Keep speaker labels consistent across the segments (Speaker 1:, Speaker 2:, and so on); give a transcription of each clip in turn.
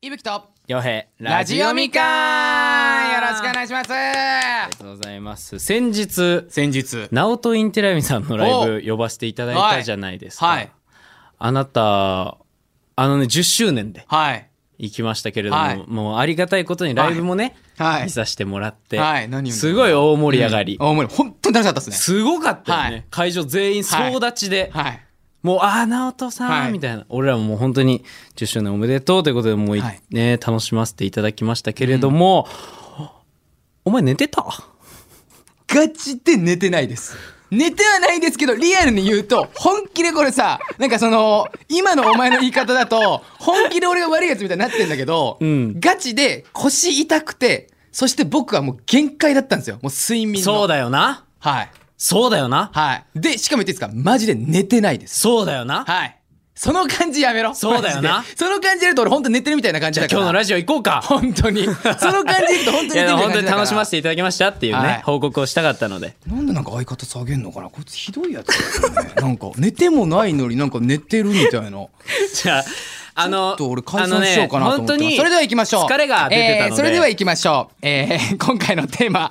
Speaker 1: いぶきと
Speaker 2: よへ
Speaker 1: ラジオみかんよろしくお
Speaker 2: あ
Speaker 1: 願いします
Speaker 2: りがとうございます先日
Speaker 1: 先日
Speaker 2: ナオトインティラミさんのライブ呼ばせていただいたじゃないですか、
Speaker 1: はい
Speaker 2: あなたあのね10周年で
Speaker 1: はい
Speaker 2: 行きましたけれども、
Speaker 1: はい
Speaker 2: もうありがたいことにライブもね、
Speaker 1: はい
Speaker 2: 見させてもらって、
Speaker 1: はい何より
Speaker 2: すごい大盛り上がり、
Speaker 1: 大盛り本当に楽しかったですね
Speaker 2: すごかったよね、
Speaker 1: はい
Speaker 2: 会場全員総立ちで、
Speaker 1: はい
Speaker 2: もう、ああ、直人さん、
Speaker 1: はい
Speaker 2: みたいな。俺らももう本当に10周年おめでとうということで、もうい、
Speaker 1: はい
Speaker 2: ね、楽しませていただきましたけれども、お前寝てた
Speaker 1: ガチで寝てないです寝てはないですけどリアルに言うと本気でこれさなんかその今のお前の言い方だと本気で俺が悪いやつみたいになってんだけど、
Speaker 2: ん
Speaker 1: ガチで腰痛くてそして僕はもう限界だったんですよもう睡眠の
Speaker 2: そうだよな。
Speaker 1: はい
Speaker 2: そうだよな。
Speaker 1: はいでしかも言っていいですかマジで寝てないです
Speaker 2: そうだよな。
Speaker 1: はい。その感じやめろ。
Speaker 2: そうだよな
Speaker 1: マジでその感じやると俺本当寝てるみたいな感じ
Speaker 2: じゃ
Speaker 1: だ
Speaker 2: あ
Speaker 1: から。
Speaker 2: 今日のラジオ行こうか。
Speaker 1: 本当 に。その感じやると本当に寝
Speaker 2: い
Speaker 1: てる
Speaker 2: や、
Speaker 1: みたいな感じだ
Speaker 2: 本当に
Speaker 1: から。
Speaker 2: 楽しませていただきましたっていうね、
Speaker 1: はい
Speaker 2: 報告をしたかったので。
Speaker 1: なんでなんか相方下げんのかなこいつひどいやつだよね。 なんか寝てもないのになんか寝てるみ たいな。
Speaker 2: じゃあ、あ
Speaker 1: ちょ
Speaker 2: の、
Speaker 1: っと俺解散しようかなと思ってます
Speaker 2: あのね本当に、
Speaker 1: それでは行きましょう
Speaker 2: 疲れが出てたので。
Speaker 1: えーそれでは行きましょう、えー 今回のテーマ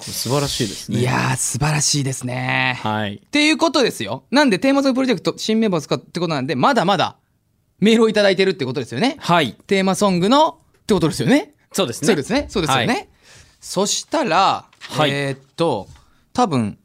Speaker 2: 素晴らしいですね。
Speaker 1: いやー素晴らしいですね
Speaker 2: はい
Speaker 1: っ。ていうことですよ。なんで、テーマソングプロジェクト、新メンバーを使うってことなんで、まだまだメールをいただいてるってことですよね。
Speaker 2: はい。
Speaker 1: テーマソングのってことですよね。
Speaker 2: そうですね。
Speaker 1: そうですね。そうですよね。
Speaker 2: はい
Speaker 1: そしたら、
Speaker 2: はい
Speaker 1: えーっと、多分、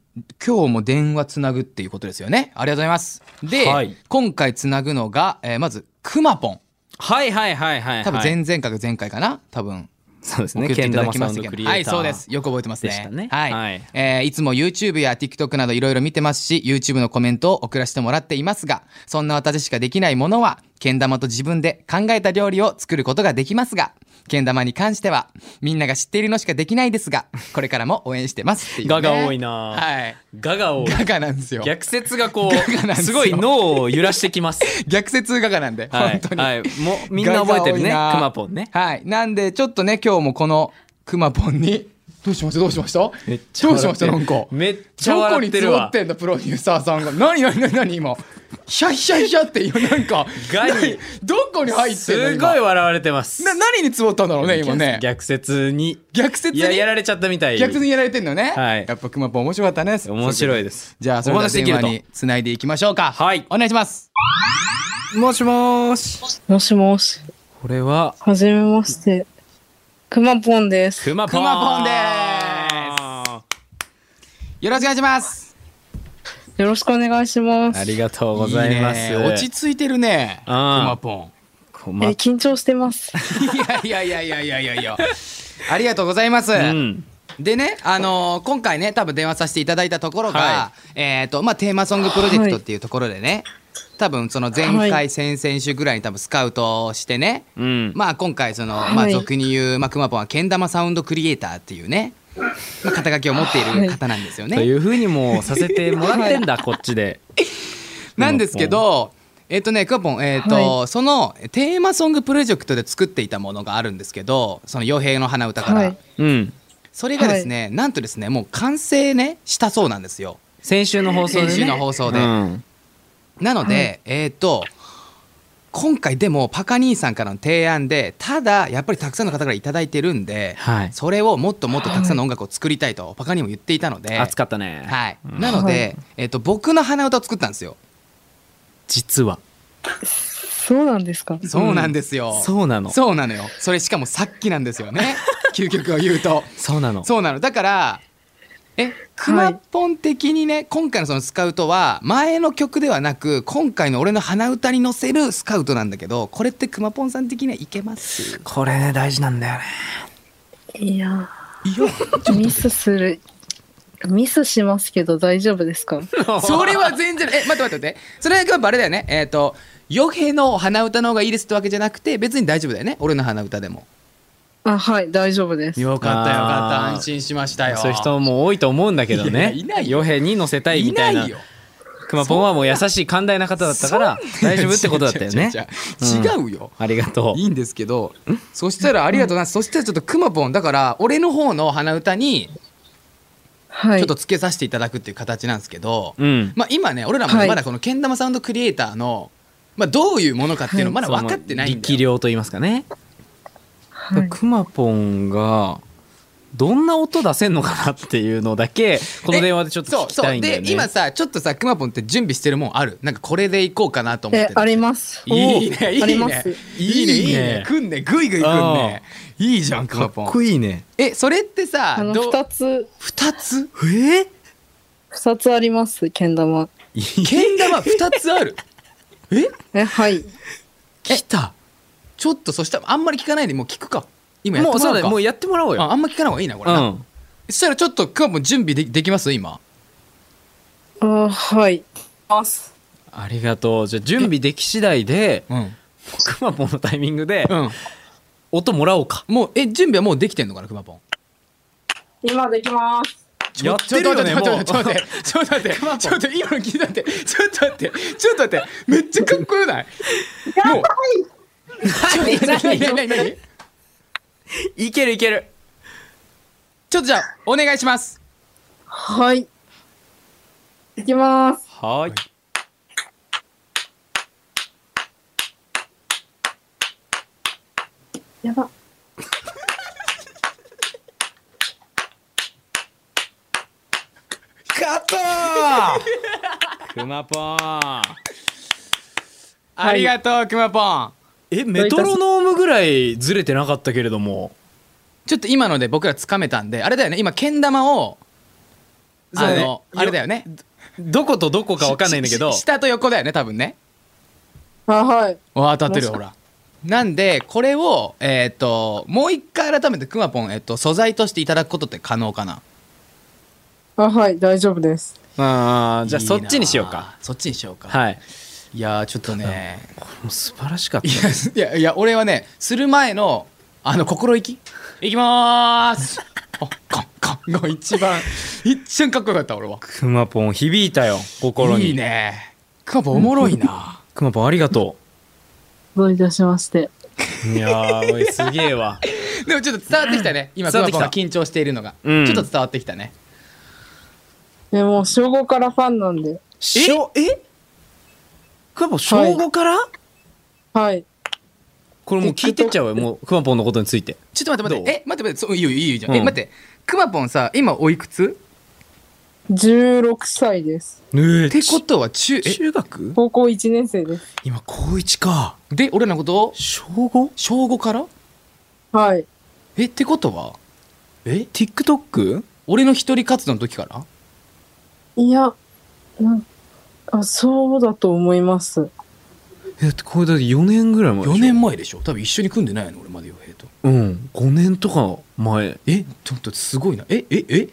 Speaker 1: 今日も電話つなぐっていうことですよね。ありがとうございます。で、
Speaker 2: はい
Speaker 1: 今回つなぐのが、えーまず、くまぽん。
Speaker 2: はいはいはいはいはい。
Speaker 1: 多分前々回か前回かな多分
Speaker 2: そうです
Speaker 1: 送っ
Speaker 2: ね。
Speaker 1: て
Speaker 2: け
Speaker 1: い
Speaker 2: ん
Speaker 1: ただ
Speaker 2: 玉
Speaker 1: き
Speaker 2: サ
Speaker 1: ま
Speaker 2: ウン
Speaker 1: した
Speaker 2: ド
Speaker 1: け
Speaker 2: ク
Speaker 1: ど
Speaker 2: リエイター。
Speaker 1: はいそうですよく覚えてますね
Speaker 2: でしたね
Speaker 1: はい、
Speaker 2: はい
Speaker 1: えーいつも YouTube や TikTok などいろいろ見てますし YouTube のコメントを送らせてもらっていますがそんな私しかできないものはけん玉と自分で考えた料理を作ることができますがけん玉に関してはみんなが知っているのしかできないですがこれからも応援してますっていう、ね、
Speaker 2: ガが多いな
Speaker 1: はい
Speaker 2: ガガを
Speaker 1: ガガなんですよ
Speaker 2: 逆説がこ
Speaker 1: ガガなん
Speaker 2: う
Speaker 1: です
Speaker 2: す
Speaker 1: よ
Speaker 2: ごい脳を揺らしてきます。
Speaker 1: 逆説ガガなんで、
Speaker 2: はい
Speaker 1: 本当に、
Speaker 2: はいもうみんな覚えてるね
Speaker 1: ガガ多いな
Speaker 2: くまぽんね
Speaker 1: はいなんでちょっとね今日もこのくまぽんにどうしましたどうしました
Speaker 2: めっちゃ
Speaker 1: どう
Speaker 2: 笑
Speaker 1: し
Speaker 2: っ
Speaker 1: ましてたな
Speaker 2: る
Speaker 1: んか
Speaker 2: めっちゃ笑ってるわ
Speaker 1: どこに積もってんだプロデューサーさんが何何何何今ヒャヒャヒャって今なんか
Speaker 2: ガに
Speaker 1: 何どこに入ってんの
Speaker 2: す
Speaker 1: 今
Speaker 2: ごい笑われてます。
Speaker 1: な何に積もったんだろうね今ね
Speaker 2: 逆説に
Speaker 1: 逆説
Speaker 2: い
Speaker 1: に
Speaker 2: ややられちゃったみたい。
Speaker 1: 逆説にやられてんのね、
Speaker 2: はい
Speaker 1: やっぱくまぽん面白かったね
Speaker 2: 面白い
Speaker 1: で
Speaker 2: です。
Speaker 1: じゃあそれ
Speaker 2: お
Speaker 1: では
Speaker 2: 話でき
Speaker 1: 電話
Speaker 2: ると。
Speaker 1: につないでいきましょうか
Speaker 2: はい
Speaker 1: お願いします
Speaker 2: もしもーし。
Speaker 3: もしもし、
Speaker 2: これは
Speaker 3: はじめまして。くまぽんです。
Speaker 2: くまぽん。
Speaker 1: くまぽんでよろしくお願いします
Speaker 3: よろしくお願いします。
Speaker 2: ありがとうございます。
Speaker 1: ね落ち着いてるね。く
Speaker 2: うん
Speaker 1: まぽん。
Speaker 2: こ
Speaker 3: え
Speaker 2: ま。
Speaker 3: 緊張してます。
Speaker 1: いやいやいやいやいやいやいや。ありがとうございます。
Speaker 2: うん。
Speaker 1: でね、あのー今回ね、多分電話させていただいたところが、
Speaker 2: は
Speaker 1: えっ、と、まあ、テーマソングプロジェクトっていうところでね、多分その前回、
Speaker 3: はい
Speaker 1: 先々週ぐらいに多分スカウトしてね、
Speaker 2: うん。
Speaker 1: まあ今回その、
Speaker 3: はい
Speaker 1: まあ俗に言う、まあ、くまぽんはけん玉サウンドクリエイターっていうね、まあ、肩書きを持っている方なんですよね。
Speaker 2: というふうにもさせてもらってんだこっちで。
Speaker 1: なんですけど、えっとね、クーポン、えっと、そのテーマソングプロジェクトで作っていたものがあるんですけど、その傭兵の花歌から、
Speaker 3: はい
Speaker 2: うん。
Speaker 1: それがですね、なんとですね、もう完成ね、したそうなんですよ。
Speaker 2: 先週の放送でね。
Speaker 1: 先週の放送で
Speaker 2: うん
Speaker 1: なので、えっと、今回でもパカ兄さんからの提案で、ただやっぱりたくさんの方からいただいてるんで、
Speaker 2: はい。
Speaker 1: それをもっともっとたくさんの音楽を作りたいとパカにも言っていたので、
Speaker 2: 熱かったね。
Speaker 1: はい、なので、
Speaker 3: はい
Speaker 1: えっと僕の花歌を作ったんですよ。
Speaker 2: 実は。
Speaker 3: そうなんですか。
Speaker 1: そうなんですよ。
Speaker 2: そうなの。
Speaker 1: そうなのよそれしかもさっきなんですよ ね究極を言うと
Speaker 2: そうなの。
Speaker 1: そうなのだからえくまぽん的にね、今回のそのスカウトは前の曲ではなく今回の俺の鼻歌に乗せるスカウトなんだけどこれってくまぽんさん的にはいけます
Speaker 2: これね大事なんだよね。
Speaker 3: いや
Speaker 1: いや
Speaker 3: ー、ミスするミスしますけど大丈夫で すか
Speaker 1: それは全然え待って待って待ってそれがあれだよねえっ、とヨヘの鼻歌の方がいいですってわけじゃなくて別に大丈夫だよね俺の鼻歌でも
Speaker 3: あ、はい、大丈夫です。
Speaker 1: よかったよかった
Speaker 2: あー
Speaker 1: 安心しましたよ
Speaker 2: そういう人も多いと思うんだけど
Speaker 1: いや
Speaker 2: ね
Speaker 1: いないよ
Speaker 2: ヨヘに乗せたいみたいな
Speaker 1: よ
Speaker 2: くまぽんはもう優しい寛大な方だったから大丈夫ってこと だったよね
Speaker 1: 違う
Speaker 2: うん
Speaker 1: 違う違う違う違うよ
Speaker 2: ありがと
Speaker 1: いいんですけどそしたらありがとうなそしたらちょっとくまぽんだから俺の方の鼻歌に
Speaker 3: は
Speaker 1: ちょ
Speaker 3: い
Speaker 1: っと。つけさせていただくっていう形なんですけど、
Speaker 2: ううん
Speaker 1: まあ、今ね俺らも
Speaker 3: はい
Speaker 1: まだこのけん玉サウンドクリエイターの、まあ、どういうものかっていうのまだ分かってないんだ
Speaker 2: 力
Speaker 1: よ、
Speaker 2: 量と言いますかね
Speaker 3: はい
Speaker 2: くまぽんがどんな音出せんのかなっていうのだけこの電話でちょっと
Speaker 1: そ
Speaker 2: 聞
Speaker 1: う
Speaker 2: き
Speaker 1: そ
Speaker 2: た
Speaker 1: う
Speaker 2: いんだ
Speaker 1: で
Speaker 2: よね
Speaker 1: 今さちょっとさくまぽんって準備してるもんあるなんかこれでいこうかなと思って
Speaker 3: え
Speaker 1: る、
Speaker 3: あります。
Speaker 1: いいねいい
Speaker 3: ありま
Speaker 1: ね
Speaker 3: す。
Speaker 1: いいねいい
Speaker 2: い
Speaker 1: ね
Speaker 2: いね
Speaker 1: くんねぐいぐいくんねいいじゃんく
Speaker 2: か
Speaker 1: ま
Speaker 2: っ
Speaker 1: ぽん
Speaker 2: こいいね
Speaker 1: えそれってさ
Speaker 3: あの、
Speaker 1: どう
Speaker 3: 二つ、
Speaker 1: 二つ
Speaker 2: え
Speaker 3: 二つあります、けん玉。
Speaker 1: けん玉二つあるえ
Speaker 3: え、はい。
Speaker 2: 来た
Speaker 1: ちょっとそしたらあんまり聞かないでもう聞くか今やっ
Speaker 2: も
Speaker 1: て
Speaker 2: う
Speaker 1: もら
Speaker 2: そ
Speaker 1: おう
Speaker 2: うだ
Speaker 1: か
Speaker 2: よもうやってもらおうよ
Speaker 1: ああんま聞かない方がいいなこ
Speaker 2: う
Speaker 1: れな、
Speaker 2: ん
Speaker 1: そしたらちょっとくまぽん準備でできます今
Speaker 3: あー、はい。ます。
Speaker 2: ありがとうじゃあ準備でき次第で
Speaker 1: うん、
Speaker 2: くまぽんのタイミングで
Speaker 1: うん、
Speaker 2: 音もらおうか
Speaker 1: もうえ準備はもうできてんのかなくまぽん
Speaker 3: 今できます。
Speaker 1: ち
Speaker 2: や
Speaker 1: ょ
Speaker 2: ってるよね
Speaker 1: ちょ
Speaker 2: も
Speaker 1: っ
Speaker 2: う
Speaker 1: と待ってちょっと待ってちょっと待ってちょっと待って今の聞いたってちょっと待ってちょっと待ってめっちゃかっこよないもうちょっと待って何何何
Speaker 2: いけるいける
Speaker 1: ちょっとじゃあお願いします
Speaker 3: はい。いきます。
Speaker 2: はーい
Speaker 3: やば。
Speaker 1: 勝った
Speaker 2: くまぽん
Speaker 1: ありがとうくまぽん
Speaker 2: えメトロノームぐらいずれてなかったけれども
Speaker 1: ちょっと今ので僕ら掴めたんであれだよね今けん玉を
Speaker 2: そう
Speaker 1: あ
Speaker 2: ね
Speaker 1: のあれだよね
Speaker 2: どことどこかわかんないんだけど
Speaker 1: しし下と横だよね多分ね
Speaker 3: あ、はい。
Speaker 1: わあ当たってるよほ
Speaker 3: も
Speaker 1: らなんでこれをえっ、ともう一回改めてくまぽん、えっと素材としていただくことって可能かな
Speaker 3: あ、はい、大丈夫です。
Speaker 2: あーじゃあ
Speaker 1: いい
Speaker 2: そ
Speaker 1: な
Speaker 2: っちにしようか
Speaker 1: そっちにしようか、
Speaker 2: はい
Speaker 1: い、やーちょっとね
Speaker 2: これも素晴らしかっ
Speaker 1: い
Speaker 2: た
Speaker 1: やすいやいや俺はねする前のあの心意気いきまー すあカンカンが一番一番かっこよかった俺は
Speaker 2: くまぽん響いたよ心に
Speaker 1: いいねくまぽんおもろいな
Speaker 2: くまぽんありがと
Speaker 3: どういたしまして。
Speaker 2: ういやーおいすげえわ
Speaker 1: でもちょっと伝わってきたね今く
Speaker 2: 伝わ
Speaker 1: ま
Speaker 2: って
Speaker 1: ぽ
Speaker 2: き
Speaker 1: ん
Speaker 2: た
Speaker 1: が緊張しているのが、
Speaker 2: うん
Speaker 1: ちょっと伝わってきたね
Speaker 3: でも、小5からファンなんで。
Speaker 2: しょえくまぽん小五から、
Speaker 3: はい。
Speaker 2: これもう聞いてっちゃうよもうくまぽんのことについて
Speaker 1: ちょっと待って待って
Speaker 2: どう
Speaker 1: え待って待ってそういいよいいよいいじゃん、え
Speaker 2: うん
Speaker 1: 待ってくまぽんさ今おいくつ
Speaker 3: 16歳です。
Speaker 2: えー
Speaker 1: ってことは中え
Speaker 2: 中学
Speaker 3: 高校1年生です。
Speaker 2: 今高一か
Speaker 1: で俺らのことを
Speaker 2: 小 5?
Speaker 1: 小5から
Speaker 3: はい。
Speaker 1: えってことは
Speaker 2: え TikTok?
Speaker 1: 俺の一人活動の時から
Speaker 3: いや、なんあ、そうだと思います。
Speaker 2: えだってこれだって4年ぐらい前でしょ
Speaker 1: 4年前でしょ多分一緒に組んでないの俺までよ平と
Speaker 2: うん5年とか前
Speaker 1: えちょっとすごいなえええ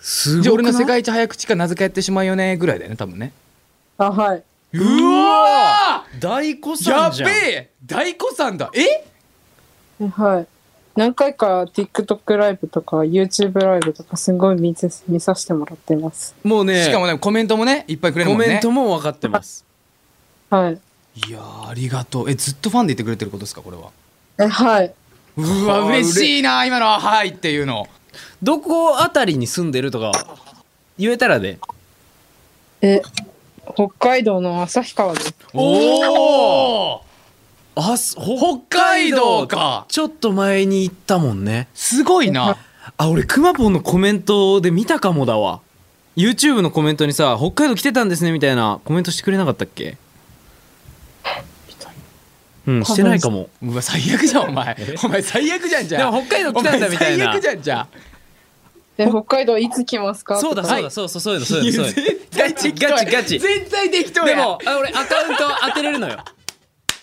Speaker 2: すごくない
Speaker 1: じゃあ俺の世界一早口か名付けやってしまうよねぐらいだよね多分ね
Speaker 3: あ、はい。
Speaker 1: うわ
Speaker 2: 大子
Speaker 1: ーや
Speaker 2: さん
Speaker 1: っ
Speaker 2: じゃん
Speaker 1: べえ大子さんだえ
Speaker 3: えはい。何回か TikTok ライブとか YouTube ライブとかすごい見て見させてもらってます。
Speaker 2: もうね
Speaker 1: しかもねコメントもねいっぱいくれるもん
Speaker 2: コ
Speaker 1: ね
Speaker 2: メントも分かってます
Speaker 3: はい。
Speaker 1: いやーありがとうえずっとファンでいてくれてることですかこれは
Speaker 3: え、はい。
Speaker 1: うわ
Speaker 2: あー
Speaker 1: 嬉しいな今のははいっていうの
Speaker 2: どこあたりに住んでるとか言えたらで、
Speaker 3: え、北海道の旭川です。
Speaker 1: おお
Speaker 2: あす
Speaker 1: 北海道か
Speaker 2: ちょっと前に行ったもんね
Speaker 1: すごいな
Speaker 2: あ俺くまぽんのコメントで見たかもだわ YouTube のコメントにさ「北海道来てたんですね」みたいなコメントしてくれなかったっけうんしてないかも
Speaker 1: うわ最悪じゃんお 前お前最悪じゃんじゃん
Speaker 2: でも北海道来たんだみたいな
Speaker 1: お前最悪じゃんじゃん
Speaker 3: え、北海道いつ来ますか
Speaker 2: そうだ
Speaker 3: とか
Speaker 2: そうだそうそうそういうのそういうのそういうの
Speaker 1: 絶対 適当や
Speaker 2: ガチガチ
Speaker 1: 絶対適当や
Speaker 2: でもあ俺アカウント当てれるのよ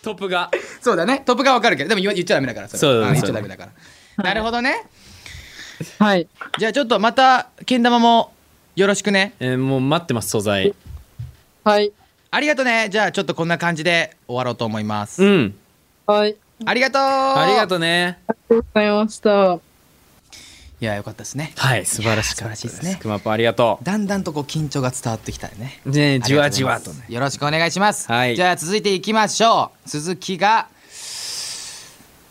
Speaker 2: トップが
Speaker 1: そうだねトップがわかるけどでも言わ言っちゃダメだからそれ
Speaker 2: そうだね
Speaker 1: ん言っ
Speaker 2: そ
Speaker 1: ちゃ
Speaker 2: う
Speaker 1: ダ
Speaker 2: だ
Speaker 1: メ
Speaker 2: ね
Speaker 1: だからなるほどね
Speaker 3: はい。
Speaker 1: じゃあちょっとまたけん玉もよろしくね
Speaker 2: えーもう待ってます素材
Speaker 3: はい。
Speaker 1: ありがとねじゃあちょっとこんな感じで終わろうと思います、
Speaker 2: うん
Speaker 3: はい。
Speaker 1: ありがとうあ
Speaker 2: ありが
Speaker 1: う
Speaker 2: とうね
Speaker 3: ありがとうございました。
Speaker 1: いやよかったですね
Speaker 2: はい素晴らしか
Speaker 1: い
Speaker 2: っ
Speaker 1: や素晴ら
Speaker 2: たで
Speaker 1: しい
Speaker 2: す
Speaker 1: ですね
Speaker 2: くまぽんありがと
Speaker 1: だんだんとこう緊張が伝わってきたよね
Speaker 2: うねじわじわと
Speaker 1: ありがうござい
Speaker 2: ね
Speaker 1: ますよろしくお願いします、
Speaker 2: はい
Speaker 1: じゃあ続いていきましょう続きが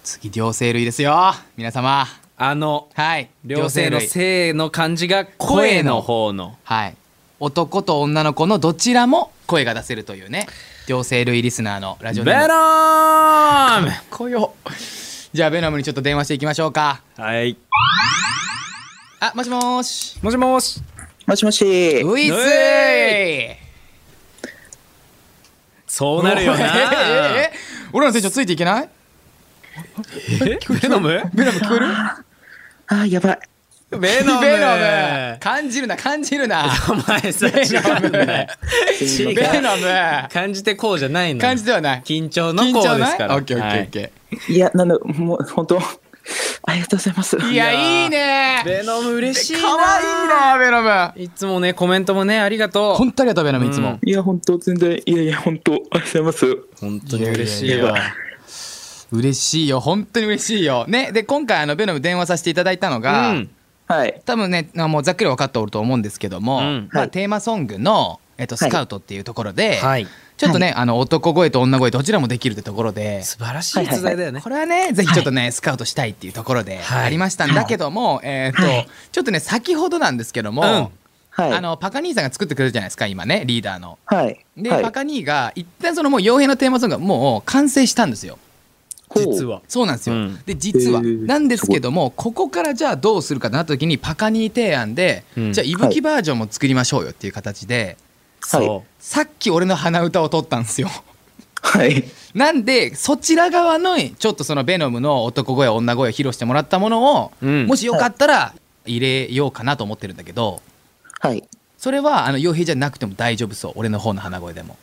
Speaker 1: 次両生類ですよ皆様
Speaker 2: あの
Speaker 1: はい
Speaker 2: 両性の性の漢字が声の方の
Speaker 1: はい男と女の子のどちらも声が出せるというね両生類リスナーのラジ
Speaker 2: ベ
Speaker 1: オ
Speaker 2: ノ
Speaker 1: ネーム
Speaker 2: ーム
Speaker 1: こよじゃあベノムにちょっと電話していきましょうか
Speaker 2: はい
Speaker 1: あもしもーし
Speaker 2: もしもし
Speaker 4: もしもし。
Speaker 1: ウイス
Speaker 2: う
Speaker 1: ー
Speaker 2: え そうなるよな
Speaker 1: えー俺らのテンションついていけない
Speaker 2: ベノム
Speaker 1: ベノム聞こえる
Speaker 4: あー、やばい。
Speaker 2: ベノム
Speaker 1: ベノム感じるな感じるな
Speaker 2: お前さ違うんだよ
Speaker 1: ベノム
Speaker 2: 感じてこうじゃないの
Speaker 1: 感じではない
Speaker 2: 緊張の
Speaker 1: 緊
Speaker 2: こ
Speaker 1: 張
Speaker 2: うです
Speaker 1: ない
Speaker 2: から
Speaker 1: オッケーオッケーオッケ
Speaker 4: いや、なんだ、もう、本当。ありがとうございます。
Speaker 1: ーいやいい
Speaker 2: はい
Speaker 1: ね
Speaker 2: ベノム嬉しいな
Speaker 1: かわいいなベノム
Speaker 2: いいつもねコメントもねありがとう
Speaker 1: 本当にありがとうベノムいつも
Speaker 4: いや、本当、全然、いやいや、本当、ありがとうございます。
Speaker 2: 本当に嬉しい
Speaker 1: いやいや
Speaker 2: よ
Speaker 1: いや嬉しいよ本当に嬉しいよねで今回あのベノム電話させていただいたのが、
Speaker 2: うん
Speaker 4: はい。
Speaker 1: 多分ねあもうざっくり分かっておると思うんですけども、
Speaker 2: うん
Speaker 1: ま
Speaker 4: は
Speaker 1: あ、
Speaker 4: い
Speaker 1: テーマソングの「えっと、
Speaker 4: はい
Speaker 1: スカウト」っていうところで、
Speaker 2: はい
Speaker 1: ちょっとね、あの男声と女声どちらもできるってところで。
Speaker 2: 素晴らしい逸材だよね
Speaker 1: これはねぜひちょっとね、スカウトしたいっていうところで
Speaker 2: はい
Speaker 1: ありましたんだけども、えっ、と、
Speaker 4: はい
Speaker 1: ちょっとね先ほどなんですけども、
Speaker 2: うん
Speaker 4: はい。
Speaker 1: あのパカ兄さんが作ってくれるじゃないですか今ねリーダーの。
Speaker 4: はい。
Speaker 1: で、
Speaker 4: はい
Speaker 1: パカ兄が一旦そのもう傭兵のテーマソングがもう完成したんですよ。
Speaker 2: 実。は
Speaker 1: そうなんですよ、
Speaker 2: うん
Speaker 1: で実は、
Speaker 4: へー
Speaker 1: なんですけどもここからじゃあどうするかなった時にパカニー提案で、
Speaker 2: うん
Speaker 1: じゃあいぶきバージョンも作りましょうよっていう形で、
Speaker 4: はい。
Speaker 2: そ
Speaker 1: さっき俺の鼻歌を取ったんですよ
Speaker 4: はい。
Speaker 1: なんでそちら側のちょっとそのベノムの男声女声を披露してもらったものを、
Speaker 2: ううん
Speaker 1: もしよかったら入れようかなと思ってるんだけど
Speaker 4: はい。い
Speaker 1: それはあの傭兵じゃなくても大丈夫そう俺の方の鼻声でも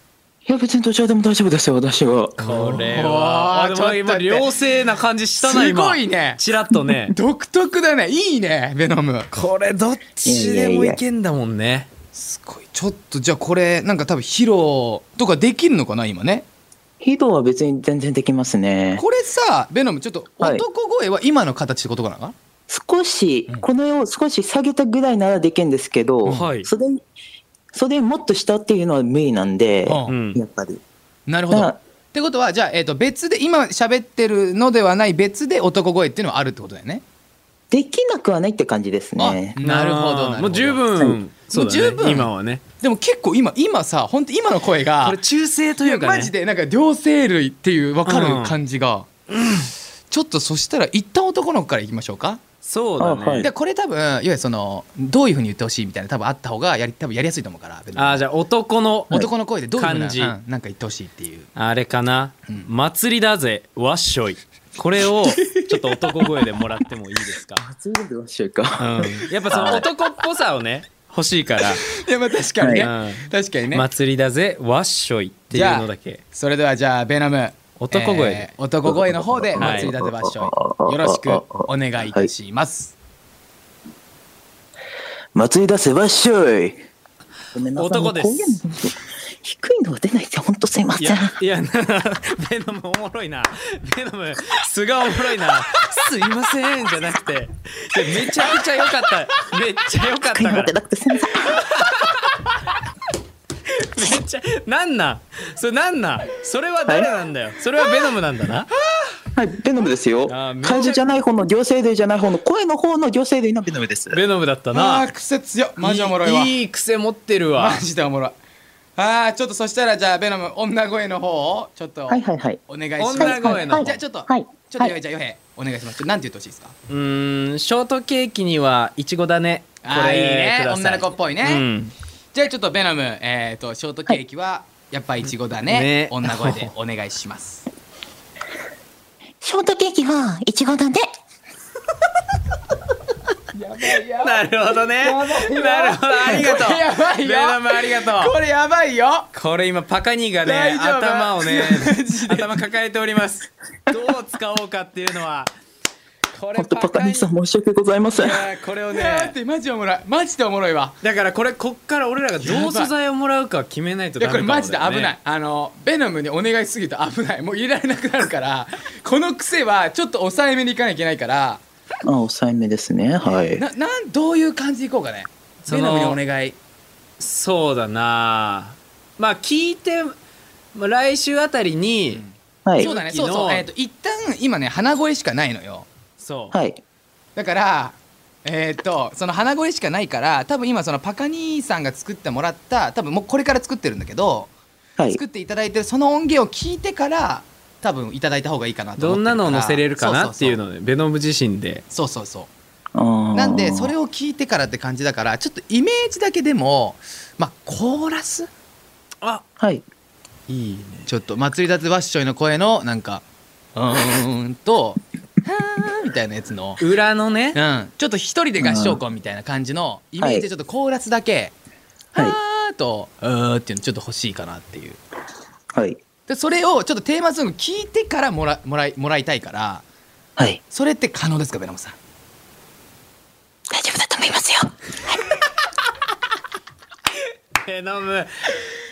Speaker 4: や、別にどちらでも大丈夫ですよ、私は。
Speaker 2: こ
Speaker 1: お
Speaker 2: れ
Speaker 1: ー
Speaker 2: はあで
Speaker 1: ちょっ
Speaker 2: も
Speaker 1: と
Speaker 2: 今
Speaker 1: 待って
Speaker 2: 良性な感じしたな
Speaker 1: す
Speaker 2: 今
Speaker 1: ごいね
Speaker 2: チラッとね
Speaker 1: 独特だねいいねベノム
Speaker 2: これどっちでもいけんだもんね
Speaker 1: すごいちょっとじゃあこれなんか多分披露とかできるのかな今ね
Speaker 4: ヒーローは別に全然できますね。
Speaker 1: これさベノムちょっと
Speaker 4: はい
Speaker 1: 男声は今の形ってことかな、
Speaker 4: 少し、この世を少し下げたぐらいならできるんですけど、
Speaker 2: はい
Speaker 4: それ、それもっと下っていうのは無理なんで、
Speaker 1: ああ
Speaker 2: うん
Speaker 4: やっぱり。
Speaker 1: なるほど
Speaker 4: あ
Speaker 1: ってことはじゃあ、えー、と別で今喋ってるのではない別で男声っていうのはあるってことだよね
Speaker 4: できなくはないって感じですね
Speaker 1: あ。なるほどなるほど
Speaker 2: もう十分そうだね
Speaker 1: もう十分
Speaker 2: 今はね
Speaker 1: でも結構今今さ本当今の声が
Speaker 2: これ中性というかね
Speaker 1: マジでなんか両生類っていう分か
Speaker 2: うん
Speaker 1: る感じが、ちょっとそしたら一旦男の子からいきましょうか
Speaker 2: そうだ
Speaker 4: あは
Speaker 2: ね
Speaker 4: い
Speaker 1: でこれ多分いわゆるそのどういうふうに言ってほしいみたいな多分あった方がやり多分やりやすいと思うからベノム
Speaker 2: ああじゃあ男の
Speaker 1: 男の声でどういうふうな
Speaker 2: 感じ
Speaker 1: うんなんか言ってほしいっていう
Speaker 2: あれかな祭りだぜわっしょいこれをちょっと男声でもらってもいいですか
Speaker 4: 初めておっしゃるか。
Speaker 2: やっぱその男っぽさをね欲しいか
Speaker 1: いやまあ確かにね、
Speaker 2: はい
Speaker 1: 確かにね、
Speaker 2: ら祭りだぜわっしょいっていうのだけ
Speaker 1: それではじゃあベナム
Speaker 2: 男声で
Speaker 1: えー男声の方で祭り立て場所、よろしくお願いいたします、
Speaker 4: 祭り出せばっしょい。ごめんなさい
Speaker 2: 男です
Speaker 4: こういうの低いのが出ないって本当すいま
Speaker 2: い
Speaker 4: せん
Speaker 2: や。いやな ベノムおもろいなベノム素がおもろいなすいませんじゃなくていやめちゃくちゃ良かっためっちゃ良かった
Speaker 4: 低い
Speaker 2: か
Speaker 4: のが
Speaker 2: ら
Speaker 4: 出なくてすいません。
Speaker 2: めっちゃなんなんそれなんなんそれは誰なんだよそれはベノムなんだな
Speaker 4: はい、ベノムですよ
Speaker 2: あーめ。っちゃ
Speaker 4: 漢字じゃない方の行政類じゃない方の声の方の行政類のベノムです。
Speaker 2: ベノムだった
Speaker 1: あ
Speaker 2: な
Speaker 1: あ癖強っマジおもろいわ
Speaker 2: いいい癖持ってるわ
Speaker 1: マジでおもろいあーちょっとそしたらじゃあベナム女声の方をちょっと
Speaker 4: はいはいはい。
Speaker 1: お願いします、
Speaker 2: 女声の方
Speaker 1: じゃあちょっと、
Speaker 4: はい
Speaker 1: ちょっと
Speaker 4: はい
Speaker 1: じゃあヨヘお願いしますちょっとなんて言ってほしいですか
Speaker 2: うーんショートケーキにはいちごだねこれ
Speaker 1: あーいいね
Speaker 2: くださ
Speaker 1: 女の子っぽいね
Speaker 2: うん
Speaker 1: じゃあちょっとベナムえっ、とショートケーキはやっぱいちごだね,、
Speaker 2: ね
Speaker 1: 女声でお願いします
Speaker 4: ショートケーキはいちごだね。
Speaker 2: なるほどねなるほどありがと
Speaker 1: これやば
Speaker 2: う
Speaker 1: いよ
Speaker 2: ベノ ムありがとう
Speaker 1: これやばいよ
Speaker 2: これ今パカニーがね
Speaker 1: 大丈夫
Speaker 2: 頭をね頭抱えておりますどう使おうかっていうのはこれ
Speaker 4: 本当パ
Speaker 2: パ
Speaker 4: カ
Speaker 2: カ
Speaker 4: 兄
Speaker 2: に
Speaker 4: さん申し訳ございません
Speaker 2: いやーこれを
Speaker 1: いやー
Speaker 2: ね
Speaker 1: ってマジおもろいマジでおもろいわ
Speaker 2: だからこれこっから俺らがどう素材をもらうか決めないと
Speaker 1: いや
Speaker 2: ダメ
Speaker 1: こ
Speaker 2: か
Speaker 1: れ
Speaker 2: もだよ
Speaker 1: マ
Speaker 2: ね
Speaker 1: ジで危ない、あのベノムにお願いしすぎると危ないもう入れられなくなるからこの癖はちょっと抑えめにいかなきゃいけないから
Speaker 4: あ抑えめですねはい
Speaker 1: ななんどういう感じでいこうかね
Speaker 2: そ
Speaker 1: ベ
Speaker 2: の
Speaker 1: ノムにお願い
Speaker 2: そうだなまあ聞いてまあ来週あたりに、
Speaker 4: はい
Speaker 1: そうだねそ
Speaker 2: 昨日
Speaker 1: うそう、えー、と一旦今ね鼻声しかないのよ
Speaker 2: そう、
Speaker 4: はい
Speaker 1: だからえっ、とその鼻声しかないから多分今そのパカ兄さんが作ってもらった多分もうこれから作ってるんだけど、
Speaker 4: はい
Speaker 1: 作っていただいてるその音源を聞いてから多分いただいた方がいいかなと思って
Speaker 2: どん
Speaker 1: るか
Speaker 2: な
Speaker 1: ら
Speaker 2: のを載せれるかなっていう
Speaker 1: の
Speaker 2: のねベノム自身で
Speaker 1: そうそうそうな
Speaker 4: なん
Speaker 1: でそれを聞いてからって感じだからちょっとイメージだけでもまあコーラス
Speaker 2: あ
Speaker 4: はい
Speaker 2: いいね
Speaker 1: ちょっと祭り立てわっしょいの声のなんかうーんと「はーん」みたいなやつの、
Speaker 2: 裏の ね
Speaker 1: うん、ちょっと一人で合唱コンみたいな感じのイメージでちょっとコーラスだけ「
Speaker 4: はい
Speaker 1: はー」と「うー」っていうのちょっと欲しいかなっていう
Speaker 4: はい
Speaker 1: でそれをちょっとテーマソング聞いてからもらもらいもらいたいから
Speaker 4: はい
Speaker 1: それって可能ですかベナモさん
Speaker 4: 大丈夫だと思いますよ
Speaker 2: ベノム、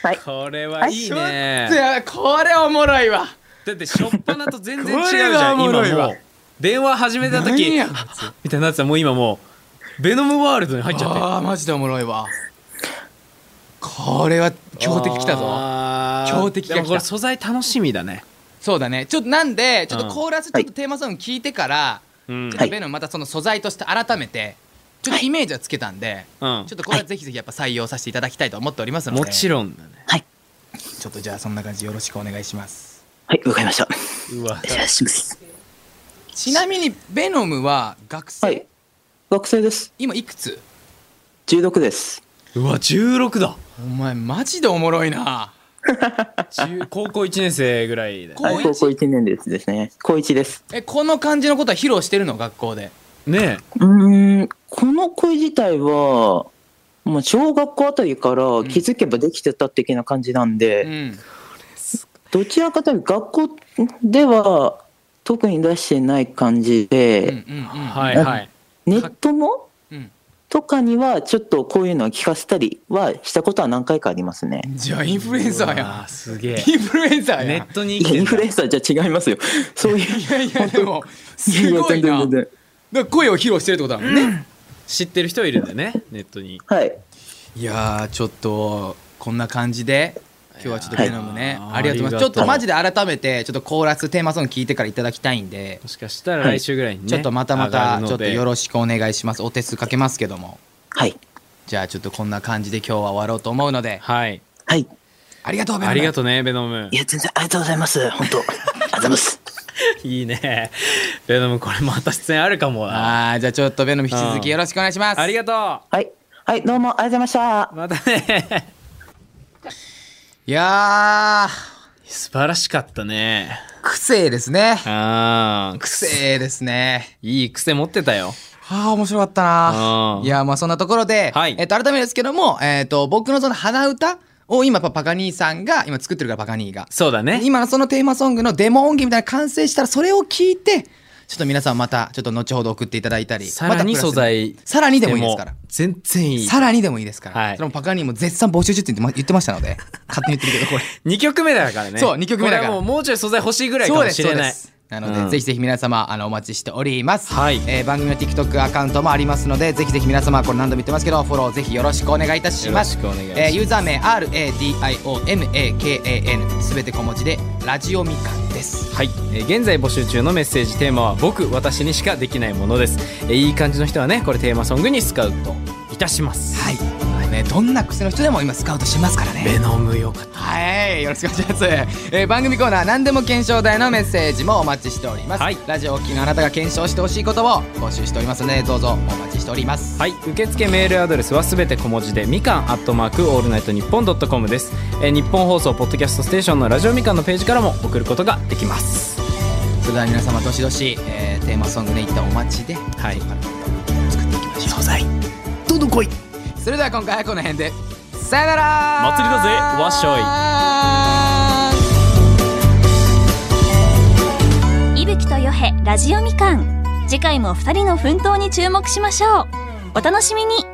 Speaker 4: はい
Speaker 2: これはいいね
Speaker 1: いやこれおもろいわ
Speaker 2: だってしょっぱなと全然違う
Speaker 1: こ
Speaker 2: じ
Speaker 1: れ
Speaker 2: ゃ
Speaker 1: はお
Speaker 2: ん
Speaker 1: も
Speaker 2: 今
Speaker 1: ろいわ
Speaker 2: もう電話始めた
Speaker 1: 何
Speaker 2: 時
Speaker 1: や
Speaker 2: あみたいなやつはもう今もうベノムワールドに入っちゃってる
Speaker 1: あーマジでおもろいわこれは強敵きたぞ
Speaker 2: あー
Speaker 1: 強敵が来た
Speaker 2: でもこれ素材楽しみだね
Speaker 1: そうだねちょっとなんでちょっと
Speaker 2: うん
Speaker 1: コーラスちょっとテーマソング聞いてから、
Speaker 2: うん
Speaker 1: ちょっ
Speaker 4: は
Speaker 1: と
Speaker 4: い
Speaker 1: ベノンまたその素材として改めてちょっとイメージはつけたんで、
Speaker 2: うん
Speaker 1: ちょっとこれはぜひぜひやっぱ採用させていただきたいと思っておりますので
Speaker 2: もちろんだね
Speaker 1: ちょっとじゃあそんな感じよろしくお願いします
Speaker 4: はいわかりました
Speaker 2: うわ
Speaker 4: 失礼します
Speaker 1: ちなみにベノムは学生、
Speaker 4: はい学生です
Speaker 1: 今いくつ
Speaker 4: 16です
Speaker 2: うわ16だ
Speaker 1: お前マジでおもろいな
Speaker 2: 10高校1年生ぐらいで
Speaker 1: 高
Speaker 4: はい
Speaker 1: 一
Speaker 4: 高校1年ですですね高1です
Speaker 1: えこの感じのことは披露してるの学校で
Speaker 2: ね
Speaker 4: うーんこの声自体はもう小学校あたりから気づけばできてた的な感じなんで、
Speaker 1: うん
Speaker 4: どちらかというと学校では特に出してない感じ
Speaker 1: うんう
Speaker 4: で、
Speaker 1: んうん
Speaker 2: えはいはい
Speaker 4: ネットも
Speaker 1: うん
Speaker 4: とかにはちょっとこういうのを聞かせたりはしたことは何回かありますね。
Speaker 1: じゃあインフルエンサーや
Speaker 2: うんわすげえ
Speaker 1: インフルエンサー
Speaker 2: ネ
Speaker 1: やん
Speaker 2: ットに
Speaker 4: い
Speaker 2: 生き
Speaker 4: や
Speaker 2: て
Speaker 4: イン
Speaker 2: ん
Speaker 4: フ
Speaker 2: だ
Speaker 4: ルエンサーじゃ違い ますよ。そういう
Speaker 1: いやいやでも
Speaker 4: いや
Speaker 1: す
Speaker 4: いや
Speaker 1: ごい
Speaker 4: 全
Speaker 1: な
Speaker 4: 然全
Speaker 1: だか
Speaker 4: 然
Speaker 1: ら声を披露してるってことだもんね、
Speaker 2: 知ってる人いるんだねネットに
Speaker 4: はい
Speaker 1: いやーちょっとこんな感じで今日はちょっと
Speaker 4: はい
Speaker 1: ベノムね、
Speaker 2: はい
Speaker 1: ありがとうございます
Speaker 2: ありがとう
Speaker 1: ちょっとマジで改めてちょっとコーラステーマソング聞いてからいただきたいんで、
Speaker 2: もしかしたら来週ぐらいにね
Speaker 1: ちょっとまたま
Speaker 2: 上が
Speaker 1: た
Speaker 2: るの
Speaker 1: ちょっと
Speaker 2: で
Speaker 1: よろしくお願いしますお手数かけますけども
Speaker 4: はい
Speaker 1: じゃあちょっとこんな感じで今日は終わろうと思うので
Speaker 2: はい
Speaker 4: はい。
Speaker 1: ありがとうベノム
Speaker 2: ありがとうねベノム
Speaker 4: いや全然ありがとうございます。本当ありがとうございます。
Speaker 2: いいねベノムこれまた出演あるかもな
Speaker 1: あーじゃあちょっとベノム引き続きよろしくお願いします、
Speaker 2: ありがと
Speaker 4: はいはいどうもありがとうございました
Speaker 2: う。またね
Speaker 1: いやー
Speaker 2: 素晴らしかったね
Speaker 1: 癖ですね
Speaker 2: ああ癖
Speaker 1: 癖ですね
Speaker 2: いい癖持ってたよ
Speaker 1: ああ、面白かったな
Speaker 2: う。ん
Speaker 1: いや、まあそんなところで、
Speaker 2: はい
Speaker 1: えっと、改めてですけども、えっと、僕のその鼻歌を今、やっぱパカ兄さんが、今作ってるからパカ兄が。
Speaker 2: そうだね
Speaker 1: 今のそのテーマソングのデモ音源みたいな完成したら、それを聞いて、ちょっと皆さんまた、ちょっと後ほど送っていただいたり。
Speaker 2: さらに
Speaker 1: またプラス
Speaker 2: 素材
Speaker 1: さらにでもいいですから。
Speaker 2: 全然いい
Speaker 1: さらにでもいいですから。
Speaker 2: はい
Speaker 1: それもパカ兄も絶賛募集中って言ってま言ってましたので、勝手に言ってるけど、これ。
Speaker 2: 2曲目だからね
Speaker 1: そう二曲目だから
Speaker 2: これはもうもうちょい素材欲しいぐらいかもしれない
Speaker 1: なので、
Speaker 2: うん
Speaker 1: ぜひぜひ皆様あのお待ちしております、
Speaker 2: はい
Speaker 1: えー番組の TikTok アカウントもありますのでぜひぜひ皆様これ何度も言ってますけどフォローぜひよろしくお願いいたします
Speaker 2: よろしくお願いします
Speaker 1: えーユーザー名 RADIOMAKAN すべて小文字でラジオみかんです
Speaker 2: はい、えー現在募集中のメッセージテーマは僕私にしかできないものです、えーいい感じの人はねこれテーマソングにスカウトいたします
Speaker 1: はい、あのね、どんな癖の人でも今スカウトしますからね
Speaker 2: ベノムよかった
Speaker 1: はいよろしくお願いします、えー番組コーナー何でも検証台のメッセージもお待ちしております、
Speaker 2: はい
Speaker 1: ラジオをお聞きのあなたが検証してほしいことを募集しておりますのでどうぞお待ちしております
Speaker 2: はい受付メールアドレスはすべて小文字でみかんアットマークオールナイトニッポンドットコムです、えー日本放送ポッドキャストステーションのラジオみかんのページからも送ることができます
Speaker 1: それでは皆様どしどし、えーテーマソングね一旦お待ちで
Speaker 2: はい
Speaker 1: 作っていきましょう素材どんどん来いそれでは今回はこの辺でさよなら
Speaker 2: 祭りだぜわっしょい
Speaker 5: いぶきとよへラジオみかん次回も2人の奮闘に注目しましょうお楽しみに